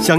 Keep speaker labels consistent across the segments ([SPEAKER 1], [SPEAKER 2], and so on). [SPEAKER 1] 想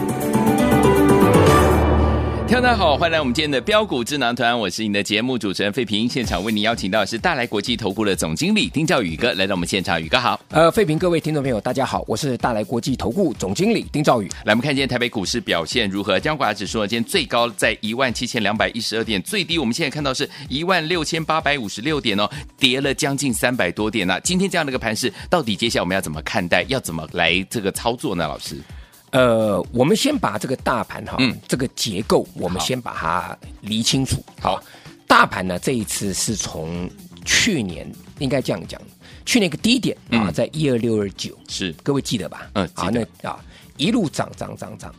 [SPEAKER 2] 听众大家好，欢迎来我们今天的标股智囊团，我是你的节目主持人费平。现场为您邀请到的是大来国际投顾的总经理丁兆宇哥来到我们现场，宇哥好。
[SPEAKER 3] 呃，费评各位听众朋友，大家好，我是大来国际投顾总经理丁兆宇。
[SPEAKER 2] 来，我们看今天台北股市表现如何？加权指数呢，今天最高在一万七千两百一十二点，最低我们现在看到是一万六千八百五十六点哦，跌了将近三百多点呐、今天这样的一个盘势，到底接下来我们要怎么看待？要怎么来这个操作呢？老师，
[SPEAKER 3] 呃，我们先把这个大盘哈，
[SPEAKER 2] 嗯
[SPEAKER 3] 这个结构我们
[SPEAKER 2] 好
[SPEAKER 3] 先把它理清楚。好，大盘呢这一次是从去年应该这样讲，去年一个低点啊，
[SPEAKER 2] 嗯
[SPEAKER 3] 在一二六二九，
[SPEAKER 2] 是
[SPEAKER 3] 各位记得吧？
[SPEAKER 2] 嗯
[SPEAKER 3] 啊
[SPEAKER 2] 记得
[SPEAKER 3] 那啊一路涨涨涨涨，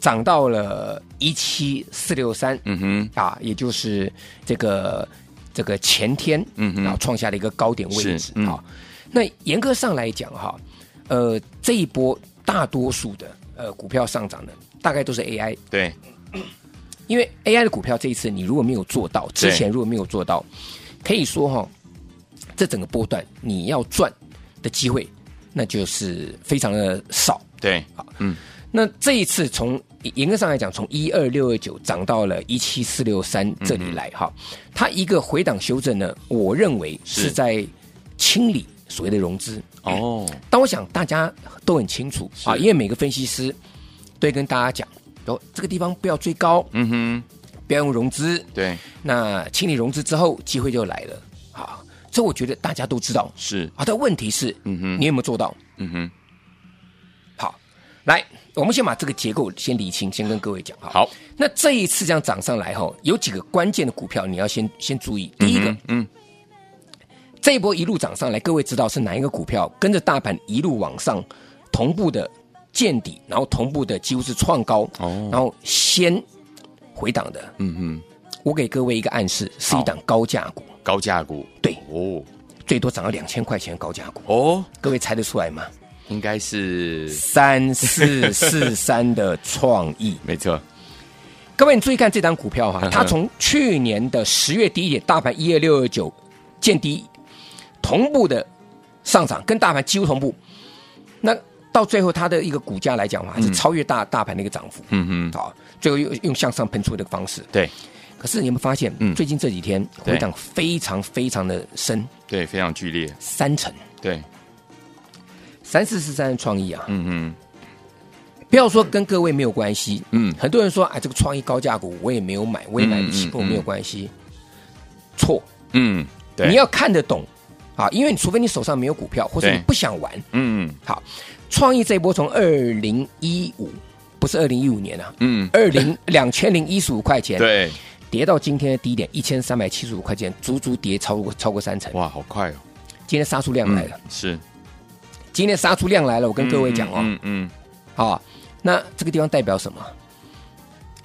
[SPEAKER 3] 涨到了一七四六三，
[SPEAKER 2] 嗯哼，
[SPEAKER 3] 啊，也就是这个这个前天，
[SPEAKER 2] 嗯哼
[SPEAKER 3] 然后创下了一个高点位
[SPEAKER 2] 是
[SPEAKER 3] 置
[SPEAKER 2] 嗯
[SPEAKER 3] 啊。那严格上来讲哈，呃，这一波大多数的呃股票上涨的，大概都是 AI，
[SPEAKER 2] 对，
[SPEAKER 3] 因为 AI 的股票这一次你如果没有做到，之
[SPEAKER 2] 对
[SPEAKER 3] 前如果没有做到，可以说哈，这整个波段你要赚的机会，那就是非常的少。
[SPEAKER 2] 对，嗯，
[SPEAKER 3] 那这一次从严格上来讲，从一二六二九涨到了一七四六三这里来哈，它一个回档修正呢，我认为
[SPEAKER 2] 是
[SPEAKER 3] 是在清理所谓的融资。
[SPEAKER 2] 哦，
[SPEAKER 3] 但我想大家都很清楚啊，因为每个分析师都会跟大家讲，哦，这个地方不要追高，
[SPEAKER 2] 嗯哼，
[SPEAKER 3] 不要用融资。
[SPEAKER 2] 对，
[SPEAKER 3] 那清理融资之后，机会就来了啊。这我觉得大家都知道
[SPEAKER 2] 是，
[SPEAKER 3] 啊，但问题是，
[SPEAKER 2] 嗯哼
[SPEAKER 3] 你有没有做到？
[SPEAKER 2] 嗯哼，
[SPEAKER 3] 好，来，我们先把这个结构先理清，先跟各位讲哈。
[SPEAKER 2] 好，
[SPEAKER 3] 那这一次这样涨上来哈，有几个关键的股票你要先先注意。第一个，
[SPEAKER 2] 嗯，
[SPEAKER 3] 这一波一路涨上来，各位知道是哪一个股票跟着大盘一路往上，同步的见底，然后同步的几乎是创高，
[SPEAKER 2] 哦
[SPEAKER 3] 然后先回档的。
[SPEAKER 2] 嗯哼，
[SPEAKER 3] 我给各位一个暗示，是
[SPEAKER 2] 好
[SPEAKER 3] 一档高价股，
[SPEAKER 2] 高价股，
[SPEAKER 3] 对，
[SPEAKER 2] 哦，
[SPEAKER 3] 最多涨到两千块钱的高价股，
[SPEAKER 2] 哦，
[SPEAKER 3] 各位猜得出来吗？
[SPEAKER 2] 应该是
[SPEAKER 3] 三四四三的创意。
[SPEAKER 2] 没错，
[SPEAKER 3] 各位，你注意看这张股票哈、
[SPEAKER 2] 嗯哼
[SPEAKER 3] 它从去年的十月低点，大盘一二六二九见低，同步的上涨，跟大盘几乎同步。那到最后，它的一个股价来讲嘛，还是超越大大盘的一个涨幅。
[SPEAKER 2] 嗯哼，
[SPEAKER 3] 好，最后用用向上喷出的方式。
[SPEAKER 2] 对
[SPEAKER 3] 可是你有没有发现，
[SPEAKER 2] 嗯
[SPEAKER 3] 最近这几天
[SPEAKER 2] 对
[SPEAKER 3] 回档非常非常的深，
[SPEAKER 2] 对，非常剧烈，
[SPEAKER 3] 三成
[SPEAKER 2] 对，
[SPEAKER 3] 三四四三的创意啊，
[SPEAKER 2] 嗯
[SPEAKER 3] 不要说跟各位没有关系，
[SPEAKER 2] 嗯
[SPEAKER 3] 很多人说啊，这个创意高价股我也没有买，我也买不
[SPEAKER 2] 嗯
[SPEAKER 3] 起，
[SPEAKER 2] 嗯
[SPEAKER 3] 跟我没
[SPEAKER 2] 嗯
[SPEAKER 3] 有关系。错，
[SPEAKER 2] 哼，嗯，对，
[SPEAKER 3] 你要看得懂啊，因为你除非你手上没有股票，或者
[SPEAKER 2] 对
[SPEAKER 3] 你不想玩。
[SPEAKER 2] 嗯
[SPEAKER 3] 好，创意这一波从二零一五，不是二零一五年啊，
[SPEAKER 2] 嗯，
[SPEAKER 3] 二零两千零一十五块钱，，
[SPEAKER 2] 对，
[SPEAKER 3] 跌到今天的低点一千三百七十五块钱，足足跌超过超过三成。
[SPEAKER 2] 哇，好快哦，
[SPEAKER 3] 今天杀出量来了，
[SPEAKER 2] 嗯是
[SPEAKER 3] 今天杀出量来了，我跟各位讲哦，
[SPEAKER 2] 嗯嗯，
[SPEAKER 3] 啊，那这个地方代表什么？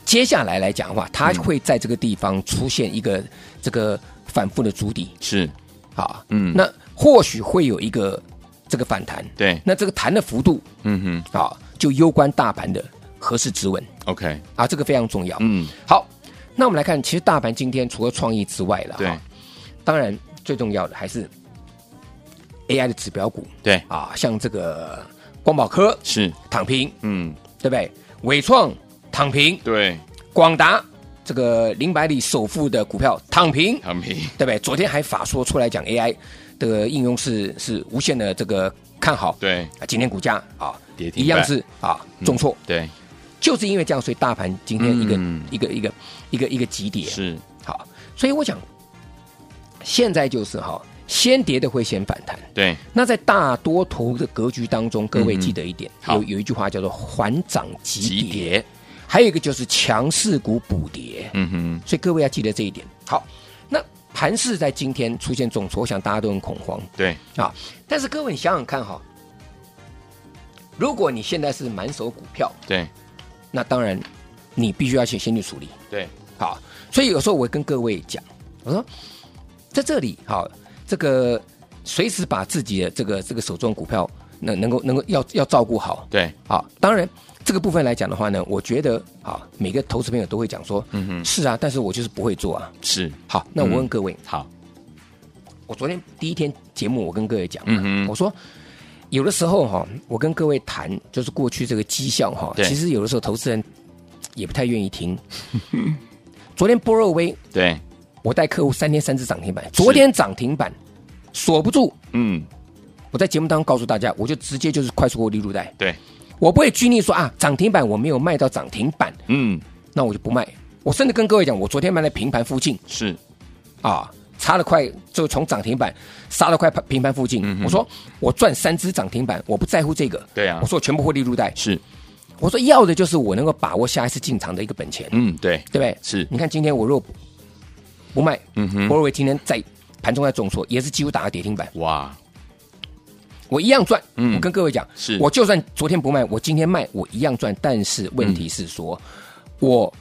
[SPEAKER 3] 接下来来讲的话，它会在这个地方出现一个这个反复的筑底
[SPEAKER 2] 嗯是，
[SPEAKER 3] 啊，
[SPEAKER 2] 嗯
[SPEAKER 3] 那或许会有一个这个反弹，
[SPEAKER 2] 对，
[SPEAKER 3] 那这个弹的幅度
[SPEAKER 2] 嗯哼
[SPEAKER 3] 啊，就攸关大盘的何时止稳
[SPEAKER 2] ，OK，
[SPEAKER 3] 啊，这个非常重要。
[SPEAKER 2] 嗯，
[SPEAKER 3] 好，那我们来看，其实大盘今天除了创意之外了，
[SPEAKER 2] 对
[SPEAKER 3] 哈，当然最重要的还是 AI 的指标股
[SPEAKER 2] 对，
[SPEAKER 3] 啊，像这个光宝科
[SPEAKER 2] 是，
[SPEAKER 3] 躺平，
[SPEAKER 2] 嗯，
[SPEAKER 3] 对不对？伟创躺平，
[SPEAKER 2] 对，
[SPEAKER 3] 广达这个零百里首富的股票躺平，
[SPEAKER 2] 躺平，
[SPEAKER 3] 对不对？昨天还法说出来讲 AI 的应用是是无限的这个看好，
[SPEAKER 2] 对，
[SPEAKER 3] 啊，今天股价啊
[SPEAKER 2] 跌停板
[SPEAKER 3] 一样是啊重挫，
[SPEAKER 2] 对，
[SPEAKER 3] 就是因为这样，所以大盘今天一个、
[SPEAKER 2] 嗯
[SPEAKER 3] 一个一个一个一个急跌，
[SPEAKER 2] 是，
[SPEAKER 3] 好，所以我想现在就是哈，先跌的会先反弹。
[SPEAKER 2] 对，
[SPEAKER 3] 那在大多头的格局当中，各位
[SPEAKER 2] 嗯哼
[SPEAKER 3] 记得一点，
[SPEAKER 2] 好
[SPEAKER 3] 有有一句话叫做“缓涨急
[SPEAKER 2] 急
[SPEAKER 3] 跌”，还有一个就是强势股补跌，
[SPEAKER 2] 嗯哼，
[SPEAKER 3] 所以各位要记得这一点。好，那盘市在今天出现重挫，我想大家都很恐慌
[SPEAKER 2] 对，
[SPEAKER 3] 啊。但是各位你想想看哈，如果你现在是满手股票，
[SPEAKER 2] 对，
[SPEAKER 3] 那当然你必须要去先去处理。
[SPEAKER 2] 对，
[SPEAKER 3] 好，所以有时候我会跟各位讲，我说在这里好，这个随时把自己的这个这个手中股票能能够能够要要照顾好。
[SPEAKER 2] 对，
[SPEAKER 3] 好，当然这个部分来讲的话呢，我觉得啊，每个投资朋友都会讲说，
[SPEAKER 2] 嗯哼，
[SPEAKER 3] 是啊，但是我就是不会做啊。
[SPEAKER 2] 是，嗯
[SPEAKER 3] 好，那我问各位，
[SPEAKER 2] 好，
[SPEAKER 3] 我昨天第一天节目我跟各位讲，
[SPEAKER 2] 嗯
[SPEAKER 3] 我
[SPEAKER 2] 哼，
[SPEAKER 3] 说有的时候哈、我跟各位谈就是过去这个绩效哈、
[SPEAKER 2] 对
[SPEAKER 3] 其实有的时候投资人也不太愿意 听。昨天波若威
[SPEAKER 2] 对，
[SPEAKER 3] 我带客户三天三次涨停板，昨天涨停板锁不住。
[SPEAKER 2] 嗯，
[SPEAKER 3] 我在节目当中告诉大家，我就直接就是快速获利入袋，
[SPEAKER 2] 对，
[SPEAKER 3] 我不会拘泥说啊涨停板我没有卖到涨停板，
[SPEAKER 2] 嗯，
[SPEAKER 3] 那我就不卖。我甚至跟各位讲，我昨天卖在平盘附近
[SPEAKER 2] 是，
[SPEAKER 3] 啊，差了快就从涨停板杀了快平盘附近。
[SPEAKER 2] 嗯哼
[SPEAKER 3] 我说我赚三只涨停板，我不在乎这个。
[SPEAKER 2] 对啊
[SPEAKER 3] 我说我全部获利入袋。
[SPEAKER 2] 是，
[SPEAKER 3] 我说要的就是我能够把握下一次进场的一个本钱，
[SPEAKER 2] 嗯，对，
[SPEAKER 3] 对不对？
[SPEAKER 2] 是，
[SPEAKER 3] 你看今天我若不卖，
[SPEAKER 2] 嗯哼，
[SPEAKER 3] 博瑞今天在盘中在重挫，也是几乎打了跌停板。
[SPEAKER 2] 哇，
[SPEAKER 3] 我一样赚。
[SPEAKER 2] 嗯
[SPEAKER 3] 我跟各位讲，
[SPEAKER 2] 是
[SPEAKER 3] 我就算昨天不卖，我今天卖，我一样赚。但是问
[SPEAKER 2] 嗯
[SPEAKER 3] 题是说，我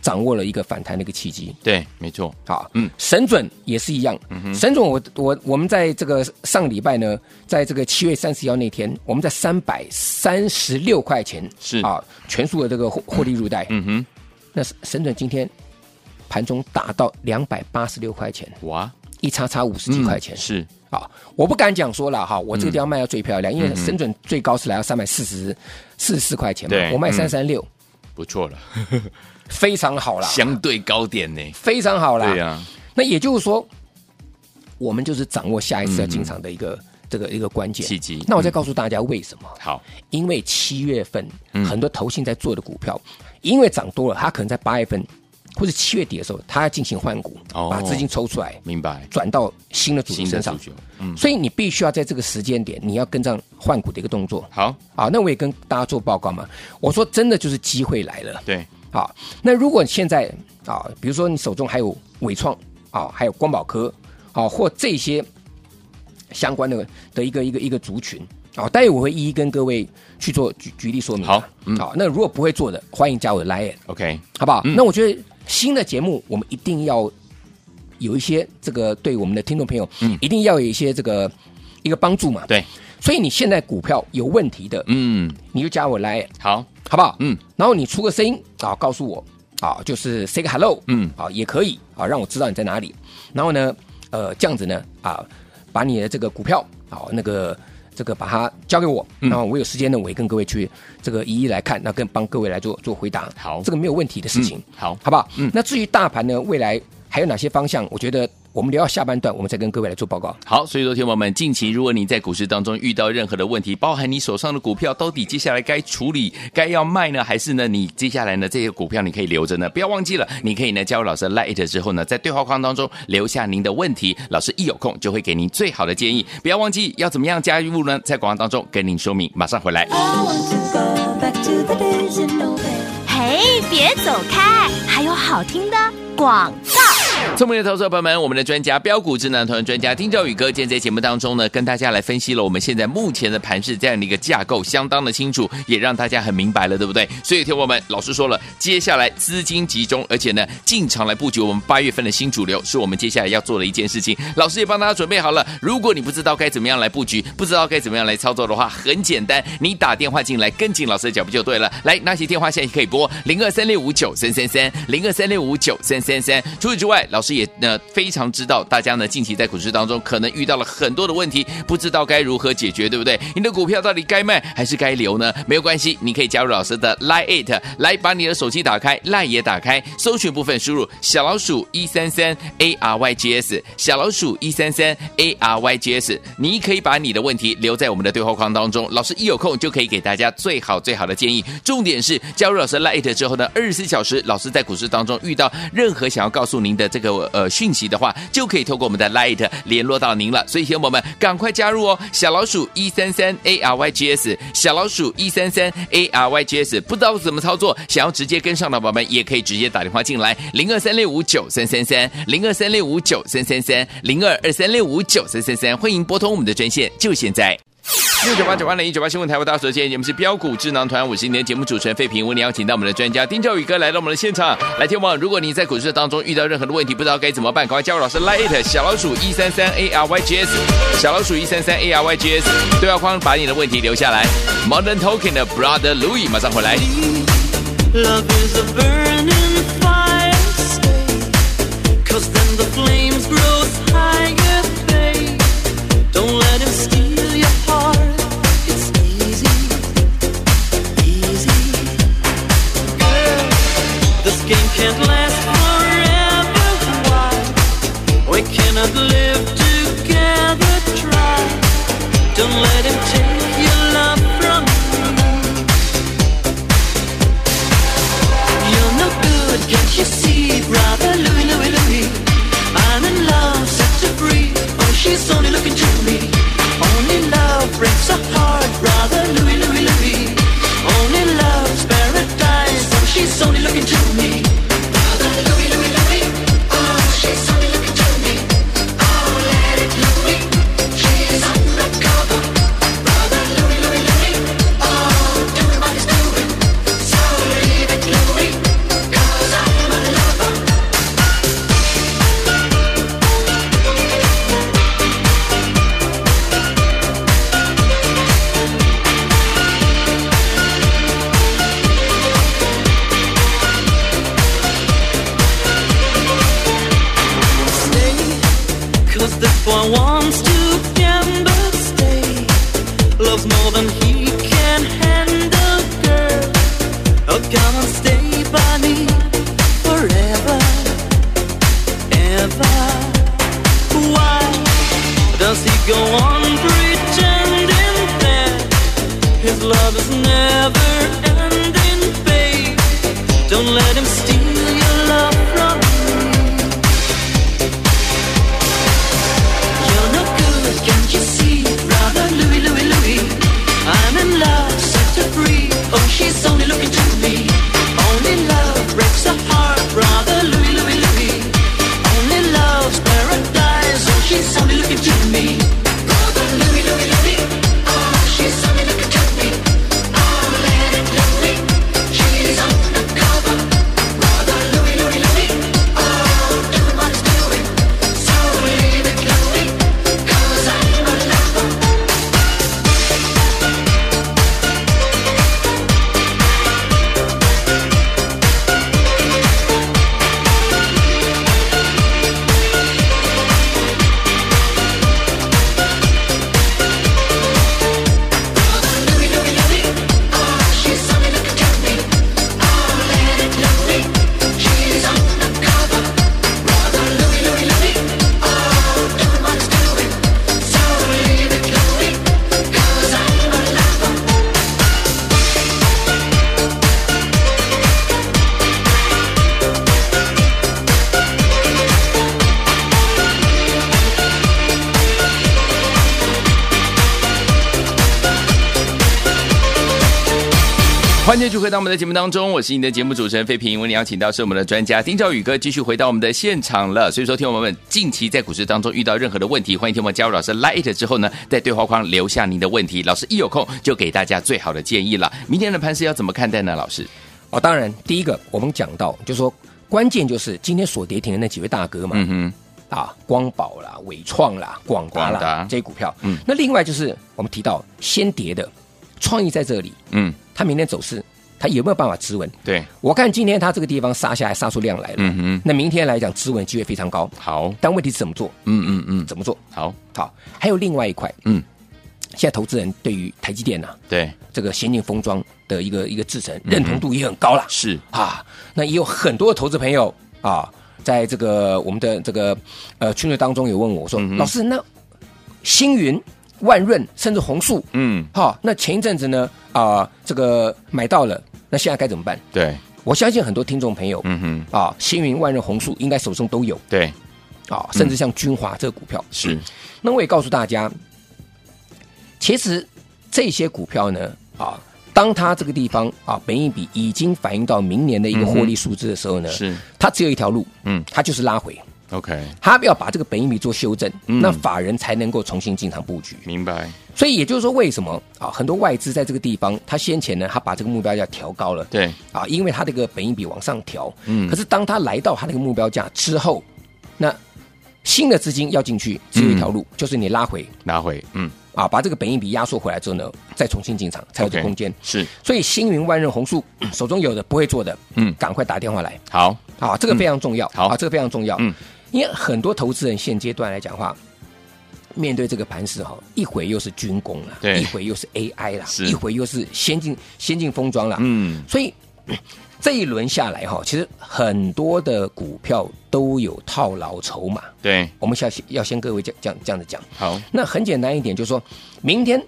[SPEAKER 3] 掌握了一个反弹的一个契机。
[SPEAKER 2] 对，没错，
[SPEAKER 3] 好，
[SPEAKER 2] 嗯，
[SPEAKER 3] 神准也是一样，神准我我我们在这个上礼拜呢，在这个七月三十一号那天，我们在三百三十六块钱
[SPEAKER 2] 是
[SPEAKER 3] 啊，全数的这个获获利入袋。
[SPEAKER 2] 嗯哼，
[SPEAKER 3] 那神准今天盘中打到两百八十六块钱，
[SPEAKER 2] 哇，
[SPEAKER 3] 一叉叉五十几
[SPEAKER 2] 嗯
[SPEAKER 3] 块钱，
[SPEAKER 2] 是，嗯
[SPEAKER 3] 啊，我不敢讲说了哈，我这个地方卖到最漂亮，因为深圳最高是来到三百四十四十四块钱嘛
[SPEAKER 2] 对，
[SPEAKER 3] 我卖
[SPEAKER 2] 嗯
[SPEAKER 3] 三三六，
[SPEAKER 2] 不错了，
[SPEAKER 3] 非常好啦，
[SPEAKER 2] 相对高点呢，
[SPEAKER 3] 非常好啦。
[SPEAKER 2] 对啊呀，
[SPEAKER 3] 那也就是说，我们就是掌握下一次要进场的一个、这个一个关键
[SPEAKER 2] 嗯契机嗯
[SPEAKER 3] 那我再告诉大家为什么？
[SPEAKER 2] 好，
[SPEAKER 3] 因为七月份
[SPEAKER 2] 嗯
[SPEAKER 3] 很多投信在做的股票，因为涨多了，它可能在八月份或者七月底的时候，它要进行换股，
[SPEAKER 2] 哦
[SPEAKER 3] 把资金抽出来，
[SPEAKER 2] 明白，
[SPEAKER 3] 转到新的主力
[SPEAKER 2] 新
[SPEAKER 3] 身
[SPEAKER 2] 的
[SPEAKER 3] 上
[SPEAKER 2] 主。角，嗯，
[SPEAKER 3] 所以你必须要在这个时间点，你要跟上换股的一个动作。
[SPEAKER 2] 好，
[SPEAKER 3] 好，那我也跟大家做报告嘛，我说真的就是机会来了。
[SPEAKER 2] 对，
[SPEAKER 3] 好，啊那如果现在啊，比如说你手中还有伟创啊，还有光宝科啊，或这些相关的的一个一个一个族群啊，待会我会一一跟各位去做举举例说明啊。
[SPEAKER 2] 好嗯
[SPEAKER 3] 好，那如果不会做的，欢迎加我的 line，
[SPEAKER 2] ，OK，
[SPEAKER 3] 好不好？
[SPEAKER 2] 嗯
[SPEAKER 3] 那我觉得新的节目我们一定要有一些这个对我们的听众朋友，
[SPEAKER 2] 嗯
[SPEAKER 3] 一定要有一些这个一个帮助嘛。
[SPEAKER 2] 对，
[SPEAKER 3] 所以你现在股票有问题的，
[SPEAKER 2] 嗯，
[SPEAKER 3] 你就加我来，
[SPEAKER 2] 好，
[SPEAKER 3] 好不好？
[SPEAKER 2] 嗯，
[SPEAKER 3] 然后你出个声音啊，告诉我啊，就是 say 个 hello，
[SPEAKER 2] 嗯
[SPEAKER 3] 啊也可以啊，让我知道你在哪里。然后呢，呃，这样子呢啊，把你的这个股票啊那个。这个把它交给我，
[SPEAKER 2] 嗯
[SPEAKER 3] 那我有时间呢，我也跟各位去这个一一来看，那跟帮各位来做做回答。
[SPEAKER 2] 好
[SPEAKER 3] 这个没有问题的事情。
[SPEAKER 2] 嗯好
[SPEAKER 3] 好不好？
[SPEAKER 2] 嗯
[SPEAKER 3] 那至于大盘呢，未来还有哪些方向？我觉得我们留到下半段，我们再跟各位来做报告。
[SPEAKER 2] 好，所以说，听友们，近期如果您在股市当中遇到任何的问题，包含你手上的股票到底接下来该处理、该要卖呢，还是呢你接下来呢这些股票你可以留着呢？不要忘记了，你可以呢加入老师的 Lite 之后呢，在对话框当中留下您的问题，老师一有空就会给您最好的建议。不要忘记要怎么样加入呢？在广告当中跟您说明，马上回来。
[SPEAKER 4] I want to go back to the days in November.
[SPEAKER 5] 嘿，别走开，还有好听的广告。
[SPEAKER 2] 聪明的投资者朋友们，我们的专家标股智囊团专家丁兆宇哥，今天在节目当中呢，跟大家来分析了我们现在目前的盘市这样的一个架构，相当的清楚，也让大家很明白了，对不对？所以，听我们，老师说了，接下来资金集中，而且呢，进场来布局我们八月份的新主流，是我们接下来要做的一件事情。老师也帮大家准备好了，如果你不知道该怎么样来布局，不知道该怎么样来操作的话，很简单，你打电话进来跟紧老师的脚步就对了。来，拿起电话现在可以拨零二三六五九三三三零二三六五九三三三。除此之外，老师也呢非常知道大家呢近期在股市当中可能遇到了很多的问题，不知道该如何解决，对不对？你的股票到底该卖还是该留呢？没有关系，你可以加入老师的 Line It，来把你的手机打开，Line 也打开，搜寻部分输入小老鼠一三三 A R Y G S，小老鼠一三三 A R Y G S，你可以把你的问题留在我们的对话框当中，老师一有空就可以给大家最好最好的建议。重点是加入老师 Lite 之后呢，二十四小时老师在股市当中遇到任何想要告诉您的这个。个呃讯息的话，就可以透过我们的 Light 联络到您了。所以，小伙伴们赶快加入哦！小老鼠一三三 A R Y G S，小老鼠一三三 A R Y G S，不知道怎么操作，想要直接跟上的宝宝们，也可以直接打电话进来，零二三六五九三三三，零二三六五九三三三，零二二三六五九三三三，欢迎拨通我们的专线，就现在。六九八九八零一九八新闻台，我大家所见节目是标股智囊团，我是你的节目主持人费平，为你邀请到我们的专家丁兆宇哥来到我们的现场。来，天王，如果你在股市当中遇到任何的问题，不知道该怎么办，赶快加入老师 Light 小老鼠一三三 A R Y G S，小老鼠一三三 A R Y G S，对话框把你的问题留下来。Modern Token 的 Brother Louis 马上回来。
[SPEAKER 6] Love is a burning fire, stay. Cause then the flames grow higher, babe. Don't let him steal your heart. It's easy, easy. Girl, this game can't last forever. Why? We cannot live together, try. Don't let him take your love from you. You're no good, can't you see, brother Louie, Louie, Louie? I'm in love, set to free. Oh, she's only looking to me. Only love breaks a heart, brother Louie, Louie, Louie. Only love's paradise. Oh, she's only looking to me. Brother Louie, Louie, Louie. Oh, she's only looking to me. Oh, let it Louie. She's undercover. Brother Louie, Louie, Louie. Oh, doing what he's doing. So leave it, Louie. Cause I'm a lover. Stay, cause this boy wants to gamble. Stay, loves more than he can handle, girl. Oh, come and stay by me forever, ever. Why does he go on pretending that his love is never ending, babe? Don't let him steal your love from me. You're no good, can't you see, brother Louie, Louie, Louie? I'm in love, set her free. Oh, she's only looking to me. Only love breaks a heart, brother Louie, Louie, Louie. Only love's paradise. Oh, she's only looking to me. Brother Louie, Louie, Louie. Oh, she's only looking to me. Oh, let it Louie. She's undercover. Brother Louie, Louie, Louie. Oh, doing what he's doing. So leave it, Louie. Cause I'm a lover.
[SPEAKER 2] 欢迎继续回到我们的节目当中，我是你的节目主持人费平。为你邀请到是我们的专家丁兆宇哥，继续回到我们的现场了。所以说，听我们近期在股市当中遇到任何的问题，欢迎听我们加入老师 Light 之后呢，在对话框留下您的问题，老师一有空就给大家最好的建议了。明天的盘势要怎么看待呢？老师，
[SPEAKER 3] 哦，当然，第一个我们讲到，就说关键就是今天所跌停的那几位大哥嘛，
[SPEAKER 2] 嗯
[SPEAKER 3] 啊，光宝啦、伟创啦、广达
[SPEAKER 2] 广达
[SPEAKER 3] 啦这些股票。
[SPEAKER 2] 嗯
[SPEAKER 3] 那另外就是我们提到先跌的创意在这里，
[SPEAKER 2] 哼，嗯，
[SPEAKER 3] 它明天走势它有没有办法止稳？
[SPEAKER 2] 对，
[SPEAKER 3] 我看今天它这个地方杀下来，杀出量来了。
[SPEAKER 2] 嗯
[SPEAKER 3] 那明天来讲止稳机会非常高，
[SPEAKER 2] 哼，好，
[SPEAKER 3] 但问题是怎么做？
[SPEAKER 2] 嗯嗯嗯，
[SPEAKER 3] 怎么做？
[SPEAKER 2] 好，
[SPEAKER 3] 好，还有另外一块，
[SPEAKER 2] 嗯，
[SPEAKER 3] 现在投资人对于台积电呐、啊
[SPEAKER 2] 对，
[SPEAKER 3] 这个先进封装的一个一个制程认同度也很高啦。
[SPEAKER 2] 嗯是，
[SPEAKER 3] 啊，那也有很多的投资朋友啊，在这个我们的这个呃群组当中有问我
[SPEAKER 2] 嗯
[SPEAKER 3] 说，老师，那星云、万润甚至红树，
[SPEAKER 2] 嗯，
[SPEAKER 3] 好、那前一阵子呢啊、这个买到了，那现在该怎么办？
[SPEAKER 2] 对，
[SPEAKER 3] 我相信很多听众朋友，
[SPEAKER 2] 嗯哼，
[SPEAKER 3] 啊，星云、万润、红树应该手中都有
[SPEAKER 2] 对，
[SPEAKER 3] 啊，甚至像军华这个股票。嗯
[SPEAKER 2] 是，
[SPEAKER 3] 那我也告诉大家，其实这些股票呢，啊，当它这个地方啊，本益比已经反映到明年的一个获利数字的时候呢，
[SPEAKER 2] 嗯是
[SPEAKER 3] 它只有一条路，
[SPEAKER 2] 嗯
[SPEAKER 3] 它就是拉回，
[SPEAKER 2] 呃，OK，
[SPEAKER 3] 它要把这个本益比做修正，
[SPEAKER 2] 嗯
[SPEAKER 3] 那法人才能够重新进场布局。
[SPEAKER 2] 明白，
[SPEAKER 3] 所以也就是说，为什么啊，很多外资在这个地方，它先前呢，它把这个目标价调高了，
[SPEAKER 2] 对，
[SPEAKER 3] 啊，因为它这个本益比往上调，
[SPEAKER 2] 嗯
[SPEAKER 3] 可是当它来到它那个目标价之后，那新的资金要进去，只有一条路，
[SPEAKER 2] 嗯
[SPEAKER 3] 就是你拉回
[SPEAKER 2] 拿回，嗯
[SPEAKER 3] 啊，把这个本益比压缩回来之后呢，再重新进场才有这个空间。
[SPEAKER 2] 是，
[SPEAKER 3] 所以星云、万润、红 树嗯手中有的不会做的，
[SPEAKER 2] 嗯
[SPEAKER 3] 赶快打电话来
[SPEAKER 2] 好，
[SPEAKER 3] 啊，这个非常重要，
[SPEAKER 2] 好
[SPEAKER 3] 啊，这个非常重要，
[SPEAKER 2] 嗯，
[SPEAKER 3] 因为很多投资人现阶段来讲的话。面对这个盘势哈，一会又是军工啦，
[SPEAKER 2] 对
[SPEAKER 3] 一会又是 AI 啦，
[SPEAKER 2] 是
[SPEAKER 3] 一会又是先进先进封装啦，
[SPEAKER 2] 嗯，
[SPEAKER 3] 所以 嗯这一轮下来哈，其实很多的股票都有套牢筹码。
[SPEAKER 2] 对，
[SPEAKER 3] 我们要先要先各位这样这样子讲。
[SPEAKER 2] 好，
[SPEAKER 3] 那很简单一点，就是说明天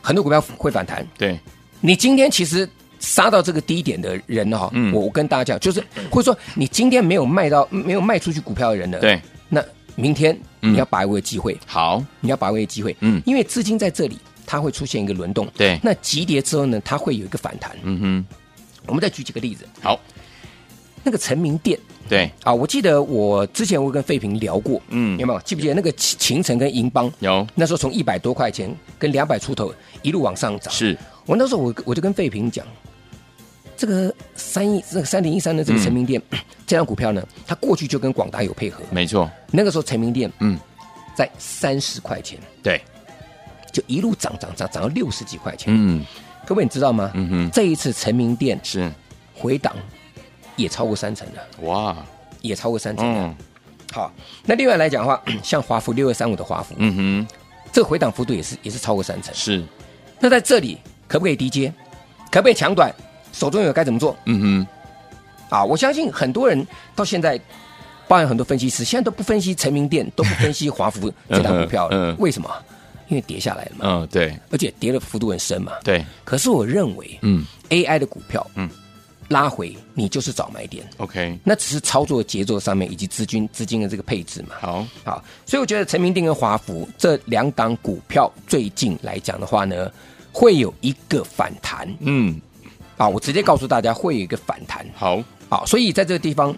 [SPEAKER 3] 很多股票会反弹。
[SPEAKER 2] 对，
[SPEAKER 3] 你今天其实杀到这个低点的人哈，
[SPEAKER 2] 嗯
[SPEAKER 3] 我我跟大家讲，就是或者说你今天没有卖到没有卖出去股票的人呢，，
[SPEAKER 2] 对，
[SPEAKER 3] 那明天
[SPEAKER 2] 嗯
[SPEAKER 3] 你要把握机会，
[SPEAKER 2] 好，
[SPEAKER 3] 你要把握机会，
[SPEAKER 2] 嗯
[SPEAKER 3] 因为资金在这里，它会出现一个轮动。
[SPEAKER 2] 对，
[SPEAKER 3] 那急跌之后呢，它会有一个反弹。
[SPEAKER 2] 嗯
[SPEAKER 3] 我们再举几个例子，
[SPEAKER 2] 哼，好，
[SPEAKER 3] 那个成名店
[SPEAKER 2] 对，
[SPEAKER 3] 啊，我记得我之前我跟费平聊过，
[SPEAKER 2] 嗯
[SPEAKER 3] 有没有记不记得那个秦秦城跟银邦？
[SPEAKER 2] 有，
[SPEAKER 3] 那时候从一百多块钱跟两百出头一路往上涨。
[SPEAKER 2] 是，
[SPEAKER 3] 我那时候我我就跟费平讲，这个三一这个三零一三的这个
[SPEAKER 2] 嗯
[SPEAKER 3] 成名店、 这张股票呢，它过去就跟广达有配合，
[SPEAKER 2] 没错，
[SPEAKER 3] 那个时候成名店
[SPEAKER 2] 嗯，
[SPEAKER 3] 在三十块钱
[SPEAKER 2] 对，
[SPEAKER 3] 就一路涨涨涨涨到六十几块钱。
[SPEAKER 2] 嗯
[SPEAKER 3] 各位你知道吗？
[SPEAKER 2] 嗯哼，
[SPEAKER 3] 这一次成名店
[SPEAKER 2] 是，
[SPEAKER 3] 回档也超过三成了，
[SPEAKER 2] 哇，
[SPEAKER 3] 也超过三成了。
[SPEAKER 2] 嗯
[SPEAKER 3] 好，那另外来讲的话， 像华孚六二三五的华孚，
[SPEAKER 2] 嗯哼，
[SPEAKER 3] 这个回档幅度也是也是超过三成。
[SPEAKER 2] 是，
[SPEAKER 3] 那在这里可不可以低接？可不可以抢短？手中有该怎么做
[SPEAKER 2] 嗯哼，
[SPEAKER 3] 啊？我相信很多人到现在，包含很多分析师，现在都不分析成名店，都不分析华孚这档股票
[SPEAKER 2] 嗯
[SPEAKER 3] 了
[SPEAKER 2] 嗯。
[SPEAKER 3] 为什么？因为跌下来了嘛，
[SPEAKER 2] 嗯，对，
[SPEAKER 3] 而且跌的幅度很深嘛。
[SPEAKER 2] 对，
[SPEAKER 3] 可是我认为
[SPEAKER 2] 嗯
[SPEAKER 3] AI 的股票，
[SPEAKER 2] 嗯
[SPEAKER 3] 嗯，拉回你就是找买点，
[SPEAKER 2] ，OK，
[SPEAKER 3] 那只是操作节奏上面以及资金资金的这个配置嘛。
[SPEAKER 2] 好，
[SPEAKER 3] 好，啊所以我觉得陈明定跟华孚这两档股票最近来讲的话呢，会有一个反弹
[SPEAKER 2] 嗯，
[SPEAKER 3] 啊！我直接告诉大家，会有一个反弹。
[SPEAKER 2] 好，
[SPEAKER 3] 好，所以在这个地方，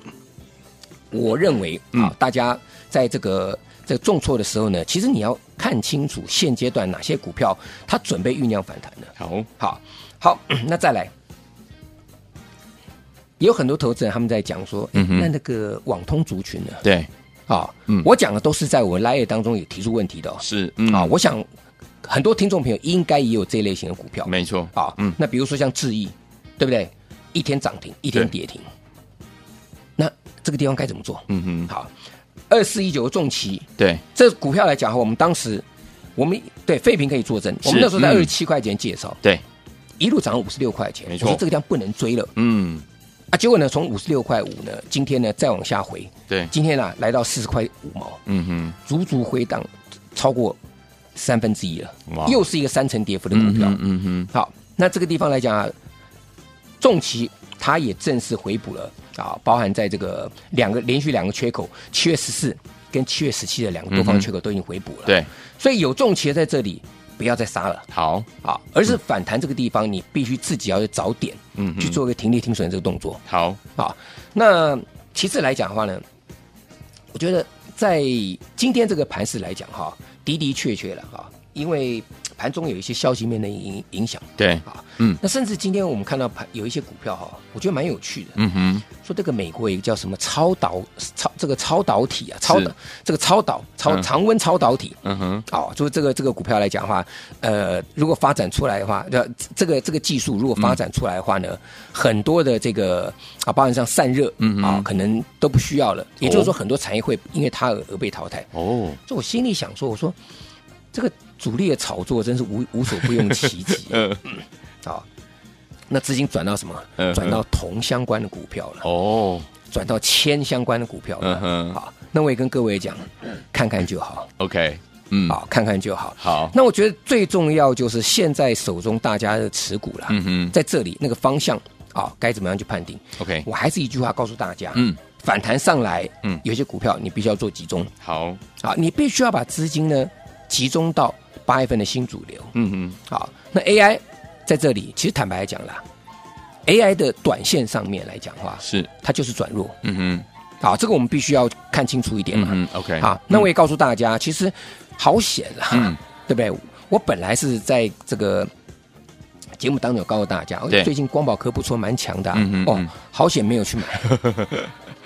[SPEAKER 3] 我认为啊
[SPEAKER 2] 嗯，
[SPEAKER 3] 大家在这个这个重挫的时候呢，其实你要看清楚现阶段哪些股票它准备酝酿反弹呢？
[SPEAKER 2] 好，
[SPEAKER 3] 好，好， 那再来。也有很多投资人他们在讲说，诶
[SPEAKER 2] 嗯哼
[SPEAKER 3] 那那个网通族群呢？
[SPEAKER 2] 对，
[SPEAKER 3] 啊，
[SPEAKER 2] 嗯
[SPEAKER 3] 我讲的都是在我 l i 当中有提出问题的、哦。
[SPEAKER 2] 是，嗯
[SPEAKER 3] 啊，我想很多听众朋友应该也有这类型的股票
[SPEAKER 2] 没错，
[SPEAKER 3] 啊。
[SPEAKER 2] 嗯
[SPEAKER 3] 嗯，那比如说像智易，对不对？一天涨停，一天
[SPEAKER 2] 对
[SPEAKER 3] 跌停，那这个地方该怎么做？
[SPEAKER 2] 嗯哼，
[SPEAKER 3] 好，二四一九的重旗，
[SPEAKER 2] 对，
[SPEAKER 3] 这股票来讲哈，我们当时我们对废品可以作证，我们那时候在
[SPEAKER 2] 嗯
[SPEAKER 3] 二十七块钱介绍，
[SPEAKER 2] 对，
[SPEAKER 3] 一路涨到五十六块钱，
[SPEAKER 2] 没
[SPEAKER 3] 我
[SPEAKER 2] 错
[SPEAKER 3] 说这个地方不能追了
[SPEAKER 2] 嗯，
[SPEAKER 3] 啊。结果呢，从五十六块五呢，今天呢再往下回，
[SPEAKER 2] 对，
[SPEAKER 3] 今天啊来到四十块五毛。
[SPEAKER 2] 嗯
[SPEAKER 3] 足足回档超过三分之一了
[SPEAKER 2] 哇，
[SPEAKER 3] 又是一个三成跌幅
[SPEAKER 2] 哼，
[SPEAKER 3] 的股票。
[SPEAKER 2] 嗯哼嗯哼，
[SPEAKER 3] 好，那这个地方来讲啊，重旗它也正式回补了啊，包含在这个两个连续两个缺口，七月十四跟七月十七的两个多
[SPEAKER 2] 嗯
[SPEAKER 3] 方
[SPEAKER 2] 哼
[SPEAKER 3] 缺口都已经回补了。，
[SPEAKER 2] 对，
[SPEAKER 3] 所以有重旗的在这里，不要再杀了。
[SPEAKER 2] 好，
[SPEAKER 3] 啊，而是反弹这个地方，你必须自己要去找点，
[SPEAKER 2] 嗯哼
[SPEAKER 3] 去做一个停利停损的这个动作。
[SPEAKER 2] 好，
[SPEAKER 3] 啊，那其次来讲的话呢，我觉得在今天这个盘市来讲哈，的的确确了哈，因为盘中有一些消息面的影影响
[SPEAKER 2] 对，
[SPEAKER 3] 啊，
[SPEAKER 2] 嗯
[SPEAKER 3] 那甚至今天我们看到盘有一些股票哈，我觉得蛮有趣的，
[SPEAKER 2] 嗯哼，
[SPEAKER 3] 说这个美国有一个叫什么超导超这个超导体啊，超
[SPEAKER 2] 是
[SPEAKER 3] 这个超导超
[SPEAKER 2] 嗯
[SPEAKER 3] 常温超导体。
[SPEAKER 2] 嗯哼，
[SPEAKER 3] 哦，就是这个这个股票来讲的话，呃，如果发展出来的话，呃，这个这个技术如果发展出来的话呢，很多的这个啊，包含像散热，
[SPEAKER 2] 嗯
[SPEAKER 3] 啊
[SPEAKER 2] 嗯，
[SPEAKER 3] 可能都不需要了。也就是说，很多产业会因为它而而被淘汰。
[SPEAKER 2] 哦，
[SPEAKER 3] 所以我心里想说，我说这个主力的炒作真是无无所不用 其极啊、
[SPEAKER 2] 呃，
[SPEAKER 3] 那资金转到什么
[SPEAKER 2] 嗯哼？
[SPEAKER 3] 转到铜相关的股票了，
[SPEAKER 2] 哦
[SPEAKER 3] 转到铅相关的股票
[SPEAKER 2] 嗯
[SPEAKER 3] 了。
[SPEAKER 2] 哼
[SPEAKER 3] 好，那我也跟各位讲，看看就好，
[SPEAKER 2] ，OK，嗯，
[SPEAKER 3] 好，看看就好。
[SPEAKER 2] 好，
[SPEAKER 3] 那我觉得最重要就是现在手中大家的持股啦，
[SPEAKER 2] 嗯哼，
[SPEAKER 3] 在这里那个方向好、该怎么样去判定
[SPEAKER 2] OK
[SPEAKER 3] 我还是一句话告诉大家，
[SPEAKER 2] 嗯，
[SPEAKER 3] 反弹上来，
[SPEAKER 2] 嗯
[SPEAKER 3] 有些股票你必须要做集中，
[SPEAKER 2] 好，
[SPEAKER 3] 啊，你必须要把资金呢集中到八月份的新主流，
[SPEAKER 2] 嗯嗯，
[SPEAKER 3] 好，那 AI 在这里，其实坦白讲啦，AI 的短线上面来讲话，
[SPEAKER 2] 是，
[SPEAKER 3] 它就是转弱，
[SPEAKER 2] 嗯哼，
[SPEAKER 3] 啊，这个我们必须要看清楚一点
[SPEAKER 2] 嗯
[SPEAKER 3] 嘛，
[SPEAKER 2] 哼，OK，
[SPEAKER 3] 啊，那我也告诉大家，其实好险啦，
[SPEAKER 2] 嗯
[SPEAKER 3] 对不对？我本来是在这个节目当中有告诉大家，哦
[SPEAKER 2] 对
[SPEAKER 3] 最近光宝科不错，蛮强的、啊，
[SPEAKER 2] 嗯嗯嗯
[SPEAKER 3] 哦，好险没有去买，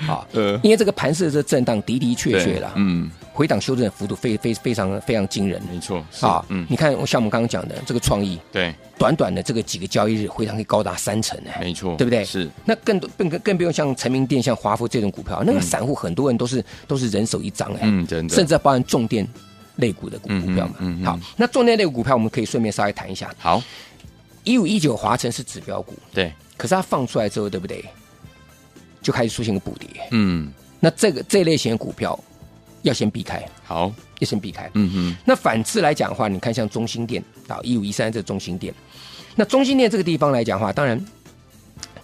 [SPEAKER 3] 啊，
[SPEAKER 2] 呃
[SPEAKER 3] 因为这个盘势的这震荡的的确
[SPEAKER 2] 对
[SPEAKER 3] 确啦，
[SPEAKER 2] 嗯，
[SPEAKER 3] 回档修正的幅度非非非常非常惊人
[SPEAKER 2] 没错，是
[SPEAKER 3] 啊，
[SPEAKER 2] 嗯，
[SPEAKER 3] 你看像我们刚刚讲的这个创意，
[SPEAKER 2] 对，
[SPEAKER 3] 短短的这个几个交易日，回档可以高达三成呢、
[SPEAKER 2] 没错，
[SPEAKER 3] 对不对？
[SPEAKER 2] 哦是，。
[SPEAKER 3] 那更多更更更不用像成名店、像华孚这种股票，那个散户很多人都是都是人手一张哎，
[SPEAKER 2] 嗯真的
[SPEAKER 3] 甚至包含重电类股的股
[SPEAKER 2] 嗯
[SPEAKER 3] 股票嘛。
[SPEAKER 2] 嗯嗯
[SPEAKER 3] 好，那重电类股票我们可以顺便稍微谈一下。
[SPEAKER 2] 好，
[SPEAKER 3] 一五一九华晨是指标股，
[SPEAKER 2] 对，
[SPEAKER 3] 可是它放出来之后，对不对？就开始出现个补跌。
[SPEAKER 2] 嗯，
[SPEAKER 3] 那这个这类型的股票要先避开，
[SPEAKER 2] 好，
[SPEAKER 3] 要先避开。
[SPEAKER 2] 嗯哼，
[SPEAKER 3] 那反之来讲的话，你看像中心店啊，一五一三这中心店，那中心店这个地方来讲的话，当然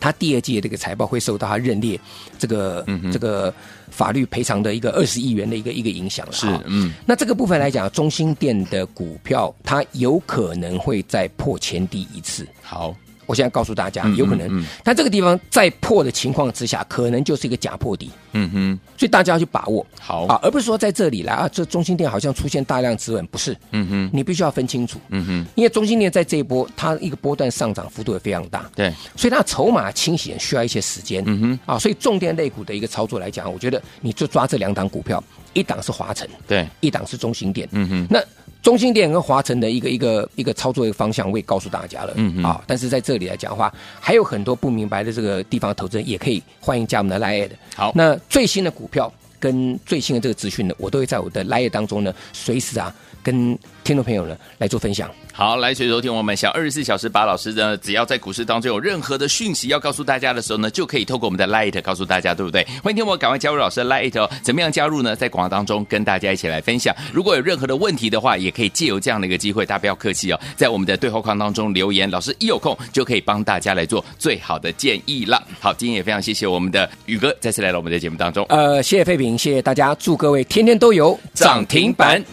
[SPEAKER 3] 它第二季的这个财报会受到它认列这个、
[SPEAKER 2] 嗯
[SPEAKER 3] 这个法律赔偿的一个二十亿元的一个一个影响了
[SPEAKER 2] 是
[SPEAKER 3] 啊，
[SPEAKER 2] 嗯，
[SPEAKER 3] 那这个部分来讲，中心店的股票它有可能会再破前低一次。
[SPEAKER 2] 好，
[SPEAKER 3] 我现在告诉大家，
[SPEAKER 2] 嗯
[SPEAKER 3] 有可能，
[SPEAKER 2] 嗯嗯
[SPEAKER 3] 但这个地方再破的情况之下，可能就是一个假破底，
[SPEAKER 2] 嗯哼，
[SPEAKER 3] 所以大家要去把握。
[SPEAKER 2] 好，
[SPEAKER 3] 啊，而不是说在这里啦啊，这中心店好像出现大量止稳，不是，
[SPEAKER 2] 嗯哼，
[SPEAKER 3] 你必须要分清楚，
[SPEAKER 2] 嗯哼，
[SPEAKER 3] 因为中心店在这一波它一个波段上涨幅度也非常大，
[SPEAKER 2] 对，
[SPEAKER 3] 所以它的筹码清洗需要一些时间，嗯哼，啊，所以重点类股的一个操作来讲，我觉得你就抓这两档股票，一档是华晨，
[SPEAKER 2] 对，
[SPEAKER 3] 一档是中心店，
[SPEAKER 2] 嗯哼，
[SPEAKER 3] 那中心店跟华晨的一个一个一个操作的方向，我也告诉大家了，
[SPEAKER 2] 嗯哼
[SPEAKER 3] 啊，但是在这里来讲的话，还有很多不明白的这个地方，投资人也可以欢迎加我们的 Line 的。
[SPEAKER 2] 好
[SPEAKER 3] 那最新的股票跟最新的这个资讯呢，我都会在我的 Line 当中呢，随时啊跟听众朋友呢来做分享。
[SPEAKER 2] 好，来，所以昨天我们小二十四小时把老师呢，只要在股市当中有任何的讯息要告诉大家的时候呢，就可以透过我们的 Light 告诉大家，对不对？欢迎听我赶快加入老师的 Light 哦。怎么样加入呢？在广告当中跟大家一起来分享。如果有任何的问题的话，也可以借由这样的一个机会，大家不要客气哦，在我们的对话框当中留言，老师一有空就可以帮大家来做最好的建议了。好，今天也非常谢谢我们的宇哥再次来到我们的节目当中，
[SPEAKER 3] 呃，谢谢费平，谢谢大家，祝各位天天都有
[SPEAKER 2] 涨停板。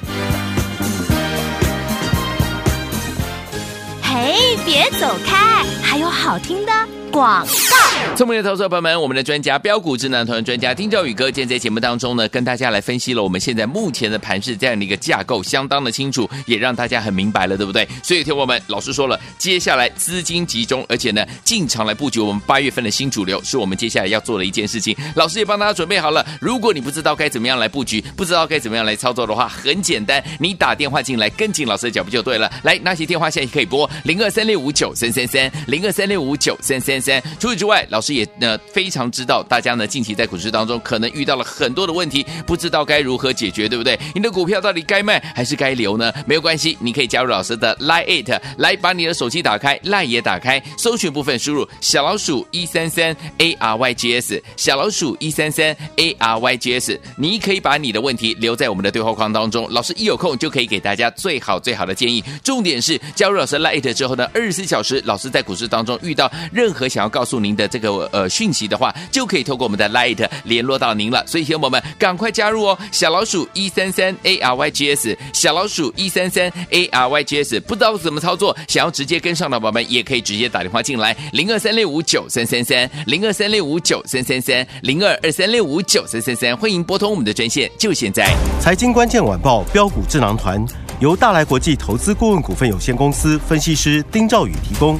[SPEAKER 5] 嘿，别走开，还有好听的广。
[SPEAKER 2] 聪明的投资者朋友们，我们的专家标股智囊团专家丁兆宇哥，今天在节目当中呢，跟大家来分析了我们现在目前的盘市这样的一个架构，相当的清楚，也让大家很明白了，对不对？所以，听我们老师说了，接下来资金集中，而且呢，进场来布局我们八月份的新主流，是我们接下来要做的一件事情。老师也帮大家准备好了，如果你不知道该怎么样来布局，不知道该怎么样来操作的话，很简单，你打电话进来跟紧老师的脚步就对了。来，拿起电话现在可以拨零二三六五九三三三零二三六五九三三三。除此之外，老师也呢非常知道大家呢近期在股市当中可能遇到了很多的问题，不知道该如何解决，对不对？你的股票到底该卖还是该留呢？没有关系，你可以加入老师的 Line It，来把你的手机打开，Line 也打开，搜寻部分输入小老鼠一三三 A R Y G S，小老鼠一三三 A R Y G S，你可以把你的问题留在我们的对话框当中，老师一有空就可以给大家最好最好的建议。重点是加入老师 Lite 之后呢，二十四小时老师在股市当中遇到任何想要告诉您的这个呃讯息的话，就可以透过我们的 Lite 联络到您了。所以，小伙伴们赶快加入哦，小老鼠一三三 A R Y G S，小老鼠一三三 A R Y G S，不知道怎么操作，想要直接跟上的宝宝们也可以直接打电话进来，零二三六五九三三三，零二三六五九三三三，零二二三六五九三三三，欢迎拨通我们的专线，就现在。
[SPEAKER 1] 财经关键晚报标股智囊团由大来国际投资顾问股份有限公司分析师丁兆宇提供。